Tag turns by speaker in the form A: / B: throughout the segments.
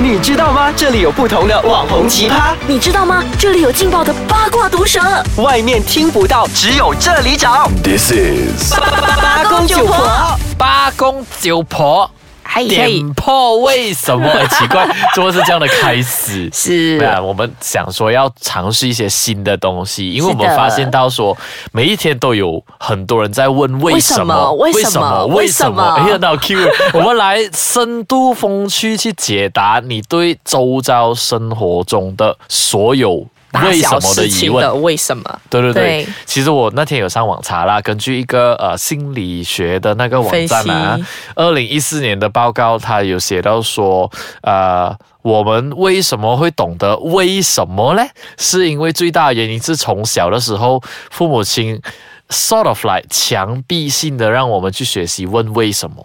A: 你知道吗？这里有不同的网红奇葩，
B: 你知道吗？这里有劲爆的八卦毒舌，
A: 外面听不到，只有这里找。
C: This is
A: 八公九婆，
D: 八公九婆
B: 嘿嘿，
D: 点破为什么？哎奇怪，怎么是这样的开始？
B: 是
D: 对啊，我们想说要尝试一些新的东西，因为我们
B: 是的
D: 发现到说，每一天都有很多人在问为什么，
B: 为什么为
D: 为
B: 什
D: 什
B: 么
D: 么？哎呀，那好 Q，我们来深度风趣去解答你对周遭生活中的所有
E: 大
D: 为什
E: 小
D: 么的
E: 事
D: 疑
E: 情
D: 问
E: 的。为什么？
D: 对对对，
E: 对
D: 其实我那天有上网查啦，根据一个呃心理学的那个网站啊
E: 分析，
D: 二零一四年的报告，它有写到说，呃，我们为什么会懂得为什么呢？是因为最大的原因是从小的时候，父母亲 sort of like 强逼性的让我们去学习问为什么，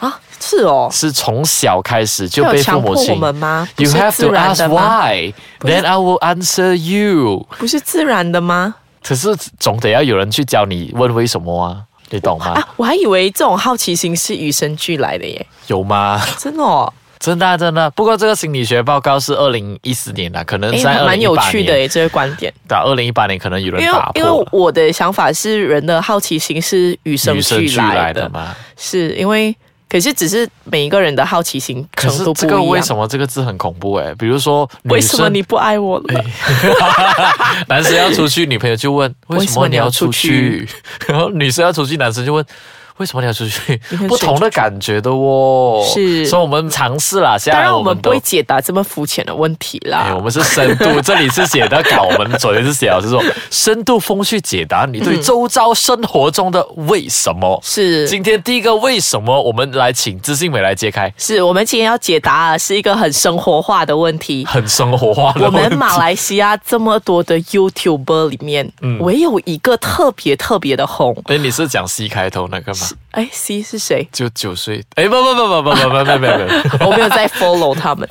E: 啊，是哦，
D: 是从小开始就
E: 他有
D: 被父
E: 强
D: 母
E: 迫我
D: 亲。
E: 们吗？不
D: You
E: 是
D: have
E: 自
D: to
E: 然
D: ask
E: 的吗？
D: why,
E: 不是
D: then I will answer you.
E: 不是自然的吗？
D: 可是总得要有人去教你问为什么啊，你懂吗？
E: 啊，我还以为这种好奇心是与生俱来的耶，
D: 有吗？
E: 真的哦，
D: 真的啊、真的啊、不过这个心理学报告是二零一四年的、啊可能
E: 哎，
D: 在
E: 还
D: 二
E: 蛮
D: 零一
E: 有
D: 八
E: 趣的
D: 年
E: 耶，这个观点。
D: 到二零一八年可能有人
E: 因为
D: 打破
E: 因为我的想法是，人的好奇心是与生
D: 与生
E: 俱
D: 俱
E: 来
D: 来
E: 的
D: 的，嘛。
E: 是因为可是只是每一个人的好奇心
D: 可
E: 程
D: 是
E: 度不
D: 这
E: 一
D: 个
E: 样。
D: 为什么这个字很恐怖诶、比如说
E: 为
D: 女
E: 什么
D: 生
E: 你，不爱我了？
D: 哎男生要出去，女朋友就问为
E: 为
D: 什
E: 什么
D: 么你
E: 你
D: 要
E: 要
D: 出
E: 出
D: 去， 然后女生要出去，男生就问。为什么你要出去
E: 你跟？谁
D: 不同的感觉的哦，
E: 是
D: 所以我们尝试啦，下
E: 当
D: 来
E: 然，我
D: 们
E: 们不
D: 都
E: 会解答这么肤浅的问题啦。
D: 哎，我们是深度，这里是写的稿，我们昨天是写的是说深度风趣解答你对周遭生活中的为什么。
E: 是
D: 今天第一个为什么，我们来请知性美来揭开，
E: 是我们今天要解答的是一个很生活化的问 题。
D: 很生活化的
E: 我
D: 问
E: 们
D: 题。
E: 马来西亚这么多的 YouTuber 里面，
D: 嗯
E: 唯有一个特别特别的红。
D: 哎，你是讲 C 开头那个吗？？
E: 哎，C 是谁
D: 就九岁？哎，不不不不不不不不不
E: 我没有在 follow 他们，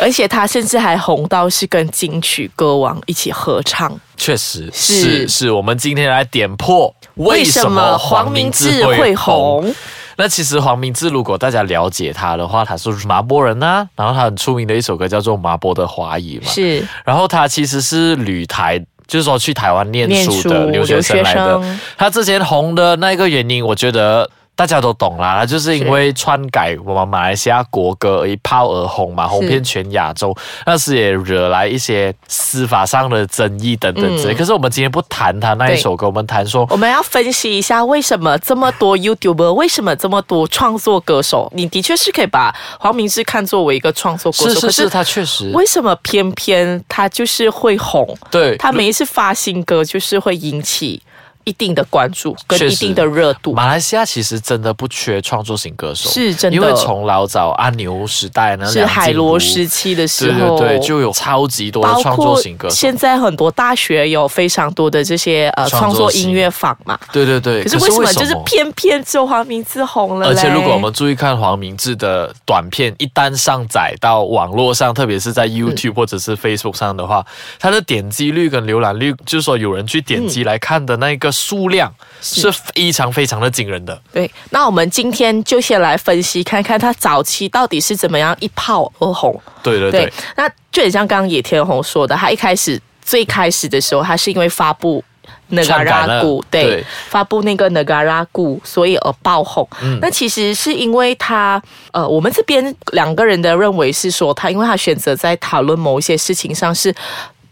E: 而且他甚至还红到是跟金曲歌王一起合唱。
D: 确实
E: 是
D: 是是，我们今天来点破为什么黄明志会
E: 会
D: 红。
E: 红？
D: 那其实黄明志，如果大家了解他的话，他是麻波人呐、然后他很出名的一首歌叫做《麻波的华语》嘛。
E: 是
D: 然后他其实是旅台，就是说去台湾念书的
E: 念
D: 留
E: 书
D: 学生来
E: 留
D: 的
E: 学生。
D: 他之前红的那个原因，我觉得。大家都懂啦，他就是因为篡改我们马来西亚国歌一炮而红嘛，红遍全亚洲，那时也惹来一些司法上的争议等等之类。
E: 嗯
D: 可是我们今天不谈他那一
E: 对
D: 首歌，我们谈说
E: 我们要分析一下为什么这么多 YouTuber，为什么这么多创作歌手？你的确是可以把黄明志看作为一个创作歌手，
D: 是是是，
E: 可
D: 他确实
E: 为什么偏偏他就是会红？
D: 对
E: 他每一次发新歌就是会引起一定的关注跟
D: 确
E: 一
D: 实
E: 定的热度。
D: 马来西亚其实真的不缺创作型歌手，
E: 是真的
D: 因为从老早阿牛时代呢，
E: 是
D: 梁静茹
E: 海螺时期的时候，
D: 对对对，就有超级多的
E: 包
D: 创
E: 括
D: 作型歌手
E: 现。在很多大学有非常多的这些呃
D: 创
E: 创
D: 作
E: 作
D: 型
E: 音乐坊嘛。
D: 对对对，
E: 可是为什么就是偏偏只有黄明志红了嘞？
D: 而且如果我们注意看黄明志的短片，一旦上载到网络上，特别是
E: 嗯
D: 在 YouTube 或者是 Facebook 上的话，它的点击率跟浏览率，就是说有人去点
E: 嗯
D: 击来看的那个数量，是非常非常的惊人的。
E: 对，那我们今天就先来分析看看他早期到底是怎么样一炮而红。
D: 对对对，
E: 那就很像刚刚野天红说的，他一开始最开始的时候，他是因为发布。那个
D: 篡改
E: 拉
D: 了
E: 古对，
D: 对
E: 发布那个那个拉古，所以而爆红。那其实是因为他，呃，我们这边两个人的认为是说他，因为他选择在讨论某一些事情上是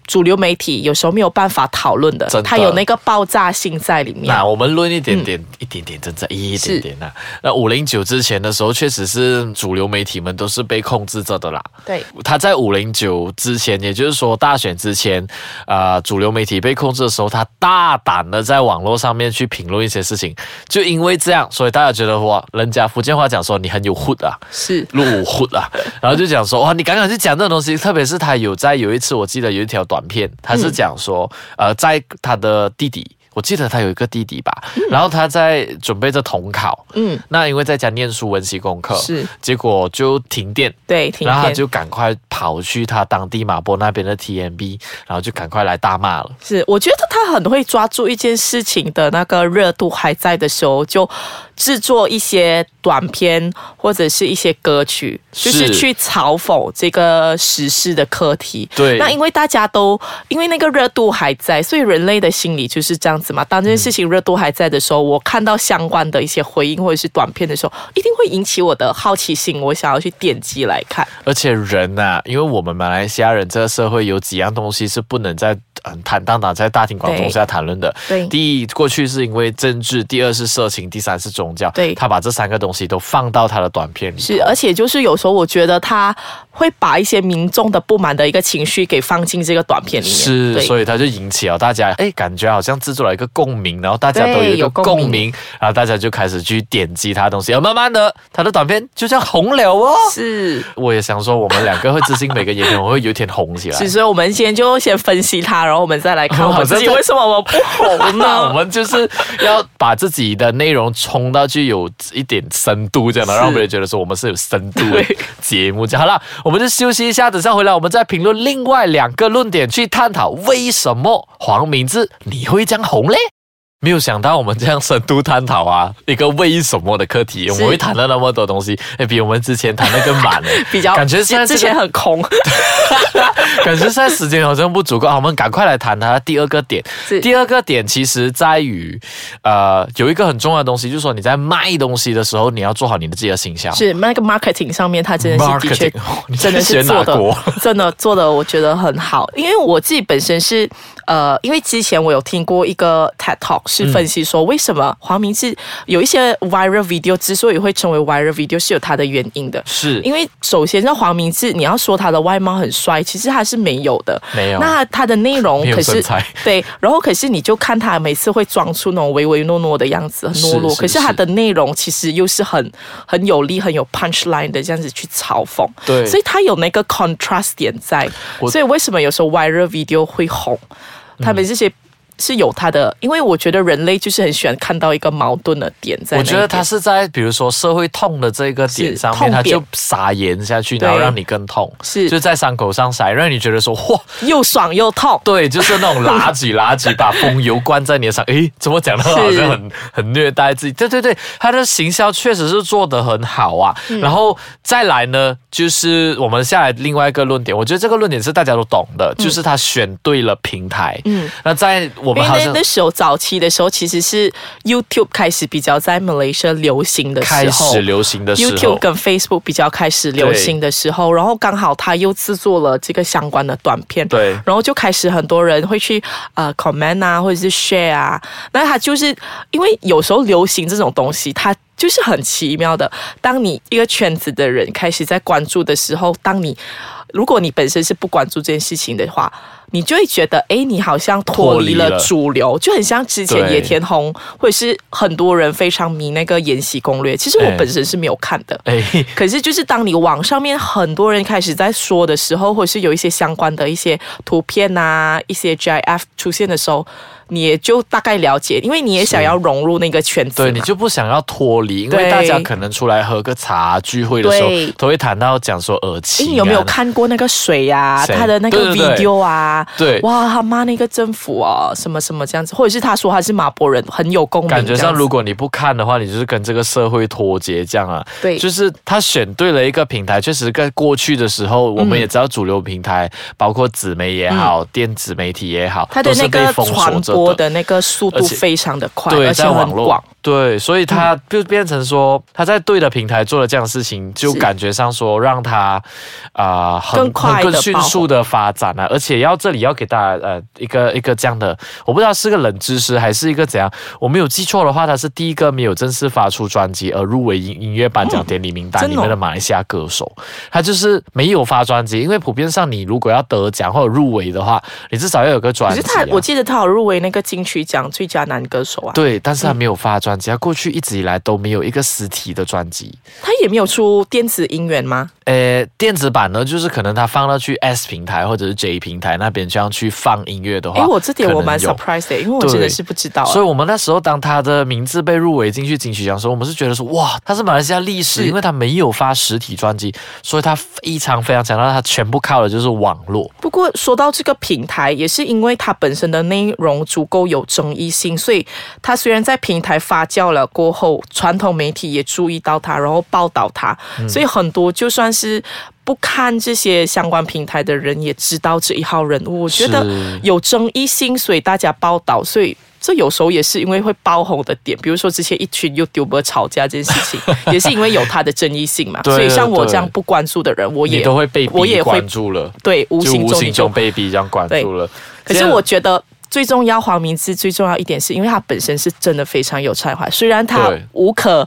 E: 主流媒体有时候没有办法讨论的，
D: 真的
E: 他有那个爆炸性在里面。嗯
D: 那我们论一点点，一点点，真正一点点呐、啊那五零九之前的时候，确实是主流媒体们都是被控制着的啦。
E: 对，
D: 他在五零九之前，也就是说大选之前，呃，主流媒体被控制的时候，他大胆的在网络上面去评论一些事情，就因为这样，所以大家觉得哇，人家福建话讲说你很有 hood 啊，
E: 是
D: 路虎啊， 然后就讲说哇，你敢敢去讲这种东西，特别是他有在有一次，我记得有一条短片，他是讲说，
E: 嗯
D: 呃，在他的弟弟。我记得他有一个弟弟吧，然后他在准备着统考，嗯
E: 嗯，
D: 那因为在家念书温习功课，
E: 是，
D: 结果就停电，
E: 对，停
D: 然后他
E: 电
D: 就赶快跑去他当地马波那边的 TMB，然后就赶快来大骂了，
E: 是，我觉得他很会抓住一件事情的那个热度还在的时候，就制作一些短片或者是一些歌曲，就是
D: 是
E: 去嘲讽这个时事的课题。
D: 对
E: 那因为大家都因为那个热度还在，所以人类的心理就是这样子嘛。当这件事情热度还在的时候，我看到相关的一些回应或者是短片的时候，一定会引起我的好奇心，我想要去点击来看。
D: 而且人呐、因为我们马来西亚人这个社会有几样东西是不能在很坦荡荡在大庭广众下谈论的。
E: 对对
D: 第一，过去是因为政治；第二是色情；第三是宗教。
E: 对
D: 他把这三个东西都放到他的短片里。
E: 是，而呃且就是有时候我觉得他会把一些民众的不满的一个情绪给放进这个短片里面。
D: 是，
E: 对
D: 所以他就引起了大家，哎，感觉好像制作了一个共鸣，然后大家都
E: 对
D: 有一个
E: 有共
D: 共鸣，
E: 鸣
D: 然后大家就开始去点击他的东西，哦而慢慢的，他的短片就这样红 了哦。
E: 是。
D: 我也想说，我们两个会知信每个演员，我会有点红起来。
E: 是，所以我们今天就先分析它，然后我们再来 看
D: 我
E: 我
D: 们
E: 们自己
D: 再
E: 为什么我们不红
D: 那我
E: 呢？
D: 们就是要把自己的内容冲到具有一点深度，这样的，让别人觉得说我们是有深度的
E: 对，
D: 节目。这样好了，我们就休息一下，等下回来我们再评论另外两个论点，去探讨为什么黄明志你会这样红嘞？没有想到我们这样深度探讨啊，一个为什么的课题，我们会谈到那么多东西，哎，比我们之前谈的更满嘞
E: 比较
D: 感觉现在这
E: 之
D: 个
E: 前很 空，
D: 感觉现在时间好像不足够，好我们赶快来谈它的第二个点
E: 是。
D: 第二个点其实在于，呃，有一个很重要的东西，就是说你在卖东西的时候，你要做好你的自己的形象。
E: 是那个 marketing 上面，它真的是的确
D: Marketing，哦你
E: 真的
D: 在
E: 是
D: 学哪
E: 做的
D: 国，
E: 真的做的，我觉得很好。因为我自己本身是呃，因为之前我有听过一个 TED Talk 是分析说，为什么黄明志有一些 viral video 之所以会成为 viral video 是有它的原因的。
D: 是
E: 因为首先，那黄明志，你要说他的外貌很帅，其实他是没有的。
D: 没有
E: 那他的内容
D: 没有
E: 可是
D: 身材
E: 对，然后可是你就看他每次会装出那种唯唯诺诺的样子，很
D: 是
E: 懦弱。
D: 是
E: 可是他
D: 是
E: 的内容其实又是很很有力、很有 punch line 的这样子去嘲讽。
D: 对
E: 所以他有那个 contrast 点在。
D: 我嗯
E: 所以为什么有时候 viral video 会红？他们这些。是有他的，因为我觉得人类就是很喜欢看到一个矛盾的点在那
D: 我
E: 一
D: 觉
E: 边。
D: 得他是在比如说社会痛的这个点
E: 是
D: 上面，
E: 痛
D: 他就
E: 点
D: 撒盐下去，
E: 对
D: 然后让你更痛，
E: 是
D: 就在伤口上撒，让你觉得说哇。
E: 又爽又痛。
D: 对，就是那种拉几拉几，把风油灌在你的上。诶， 怎么讲的？好像很很虐待自己。对对对，他的行销确实是做得很好啊。
E: 嗯
D: 然后再来呢，就是我们下来另外一个论点，我觉得这个论点是大家都懂的，就是他选对了平台。嗯，那在我
E: 因
D: 们
E: 为
D: 好
E: 那
D: 像
E: 那时候早期的时候，其实是 YouTube 开始比较在 Malaysia 流行的时候，
D: 开始流行的时候
E: YouTube 跟 Facebook 比较开始流行的时候，然后刚好他又制作了这个相关的短片，
D: 对
E: 然后就开始很多人会去呃 comment 啊，或者是 share 啊，那他就是因为有时候流行这种东西，它就是很奇妙的。当你一个圈子的人开始在关注的时候，当你如果你本身是不关注这件事情的话，你就会觉得，哎，你好像脱离
D: 脱离了
E: 了主流，就很像之前
D: 对
E: 野田红，或者是很多人非常迷那个《延禧攻略》。其实我
D: 哎
E: 本身是没有看的，
D: 哎，
E: 可是，就是当你网上面很多人开始在说的时候，或者是有一些相关的一些图片啊、一些 GIF 出现的时候，你也就大概了解，因为你也想要融入那个圈子嘛。
D: 对，你就不想要脱离，因为
E: 对
D: 大家可能出来喝个茶、聚会的时候
E: 对，
D: 都会谈到讲说耳
E: 诶
D: 机、啊
E: 你有没有？看过那个水呀、啊？
D: 谁
E: 他的那
D: 对
E: 个
D: 对对
E: video 啊，
D: 对
E: 哇，他妈那个政府啊，什么什么这样子，或者是他说他是马博人，很有共鸣这
D: 感
E: 样子。
D: 觉上，如果你不看的话，你就是跟这个社会脱节这样啊。
E: 对
D: 就是他选对了一个平台，确实在过去的时候，我们
E: 嗯
D: 也知道主流平台，包括纸媒也好，电子媒体也好，
E: 他
D: 都
E: 的
D: 是
E: 那
D: 被
E: 个
D: 封
E: 传
D: 锁
E: 播
D: 着的。
E: 的那个速
D: 而
E: 度
D: 且
E: 非常的快，
D: 对，
E: 而且
D: 在网
E: 很
D: 络
E: 广。嗯
D: 对，所以他就变成说，他在对的平台做了这样的事情，就感觉上说让他啊、呃很
E: 更快
D: 很
E: 地
D: 更迅速的发展啊，而且要这里要给大家呃一个一个这样的，我不知道是个冷知识还是一个怎样，我没有记错的话，他是第一个没有正式发出专辑而入围音音乐颁奖典礼名单
E: 真
D: 里
E: 的哦
D: 面的马来西亚歌手，他就是没有发专辑，因为普遍上你如果要得奖或者入围的话，你至少要有个专
E: 可
D: 辑、
E: 是
D: 啊。
E: 他，我记得他有入围那个金曲奖最佳男歌手啊。
D: 对，但是他没有发专辑，他过去一直以来都没有一个实体的专辑。
E: 他也没有出电子音源吗？
D: 呃，电子版呢，就是可能它放到去 S 平台或者是 J 平台那边这样去放音乐的话，
E: 哎，我这点我蛮
D: 啊可能有
E: surprise 的，因为我
D: 对
E: 真的是不知道啊。
D: 所以我们那时候当他的名字被入围进去金曲奖的时候，我们是觉得说，哇，他是马来西亚历
E: 嗯
D: 史，因为他没有发实体专辑，所以他非常非常强大，他全部靠的就是网络。
E: 不过说到这个平台，也是因为它本身的内容足够有争议性，所以它虽然在平台发酵了过后，传统媒体也注意到它，然后报道它，
D: 嗯
E: 所以很多就算是。不看这些相关平台的人也知道这一号人物，我觉得
D: 是
E: 有争议性，所以大家报道，所以这有时候也是因为会爆红的点，比如说之前一群 YouTuber 吵架这件事情， 也是因为有它的争议性嘛。
D: 对
E: 所以像我
D: 对
E: 这样不关注的人，我
D: 你
E: 也
D: 都会被
E: 我
D: 逼
E: 也会
D: 关注了，
E: 对无
D: 就
E: 形
D: 无
E: 中你
D: 形
E: 就
D: 中被逼这样关注了。
E: 可
D: 这
E: 是
D: 样
E: 我觉得最重要，黄明志最重要一点是因为他本身是真的非常有才华，虽然他
D: 对
E: 无可。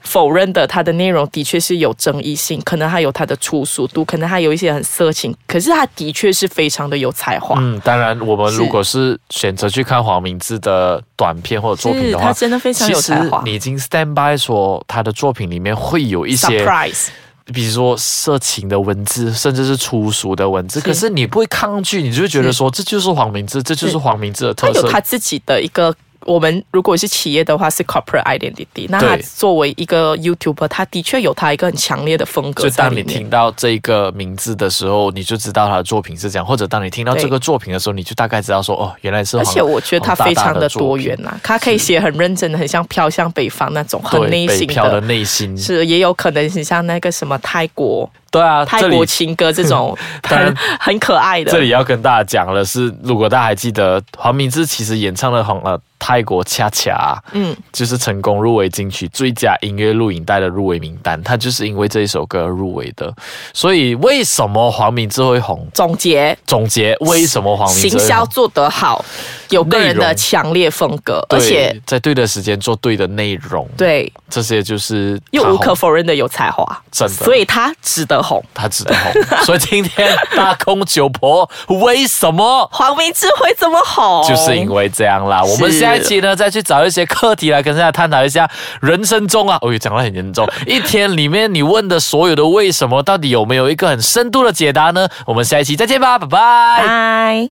E: 否认的，他的内容的确是有争议性，可能他有他的粗俗度，可能他有一些很色情，可是他的确是非常的有才华，
D: 嗯，当然，我们
E: 是
D: 如果是选择去看黄明志的短片或者作品
E: 是
D: 的话
E: 他，真的非常
D: 其
E: 有
D: 实
E: 才华。
D: 你已经 stand by 说他的作品里面会有一些
E: surprise
D: 比如说色情的文字，甚至是粗俗的文字，
E: 是
D: 可是你不会抗拒，你就会觉得说这就是黄明志，这就是黄明志的
E: 他
D: 特
E: 有
D: 色
E: 他。自己的一个，我们如果是企业的话是 corporate identity，那他
D: 对
E: 作为一个 YouTuber，他的确有他一个很强烈的风格
D: 就
E: 在
D: 当你
E: 里面
D: 听。到这个名字的时候，你就知道他的作品是这样，或者当你听到
E: 对
D: 这个作品的时候，你就大概知道说哦，原来是
E: 而
D: 黄。
E: 且我觉得他非常的多元
D: 黄
E: 呐、他可以写很认真的，很像飘向北方那种，
D: 大大的作
E: 很
D: 品
E: 内
D: 对北
E: 心
D: 漂的
E: 的。
D: 内心，
E: 是，也有可能很像那个什么泰国
D: 对啊，这
E: 泰
D: 里
E: 国情歌这种
D: 当然
E: 很很可爱的。
D: 这里要跟大家讲的是，如果大家还记得黄明志其实演唱了红了泰国恰恰，
E: 嗯，
D: 就是成功入围金曲最佳音乐录影带的入围名单，他就是因为这一首歌而入围的。所以为什么黄明志会红？
E: 总结，
D: 总结为什么黄明志
E: 行
D: 会
E: 销
D: 红？
E: 做得好，有个人
D: 内
E: 的
D: 容
E: 强烈风格，
D: 对
E: 而且
D: 在对的时间做对的内容，，
E: 对
D: 这些就是
E: 又
D: 他
E: 无可
D: 红
E: 否认的有才华，
D: 真的
E: 所以他值得红。
D: 他值得 红。所以今天大空九婆为什么？
E: 黄明志会这么红，
D: 就是因为这样啦。我们
E: 是
D: 下一期呢，再去找一些课题来跟大家探讨一下人生中啊，哦呦，讲得很严重，一天里面你问的所有的为什么，到底有没有一个很深度的解答呢？我们下一期再见吧，拜拜。
E: 拜。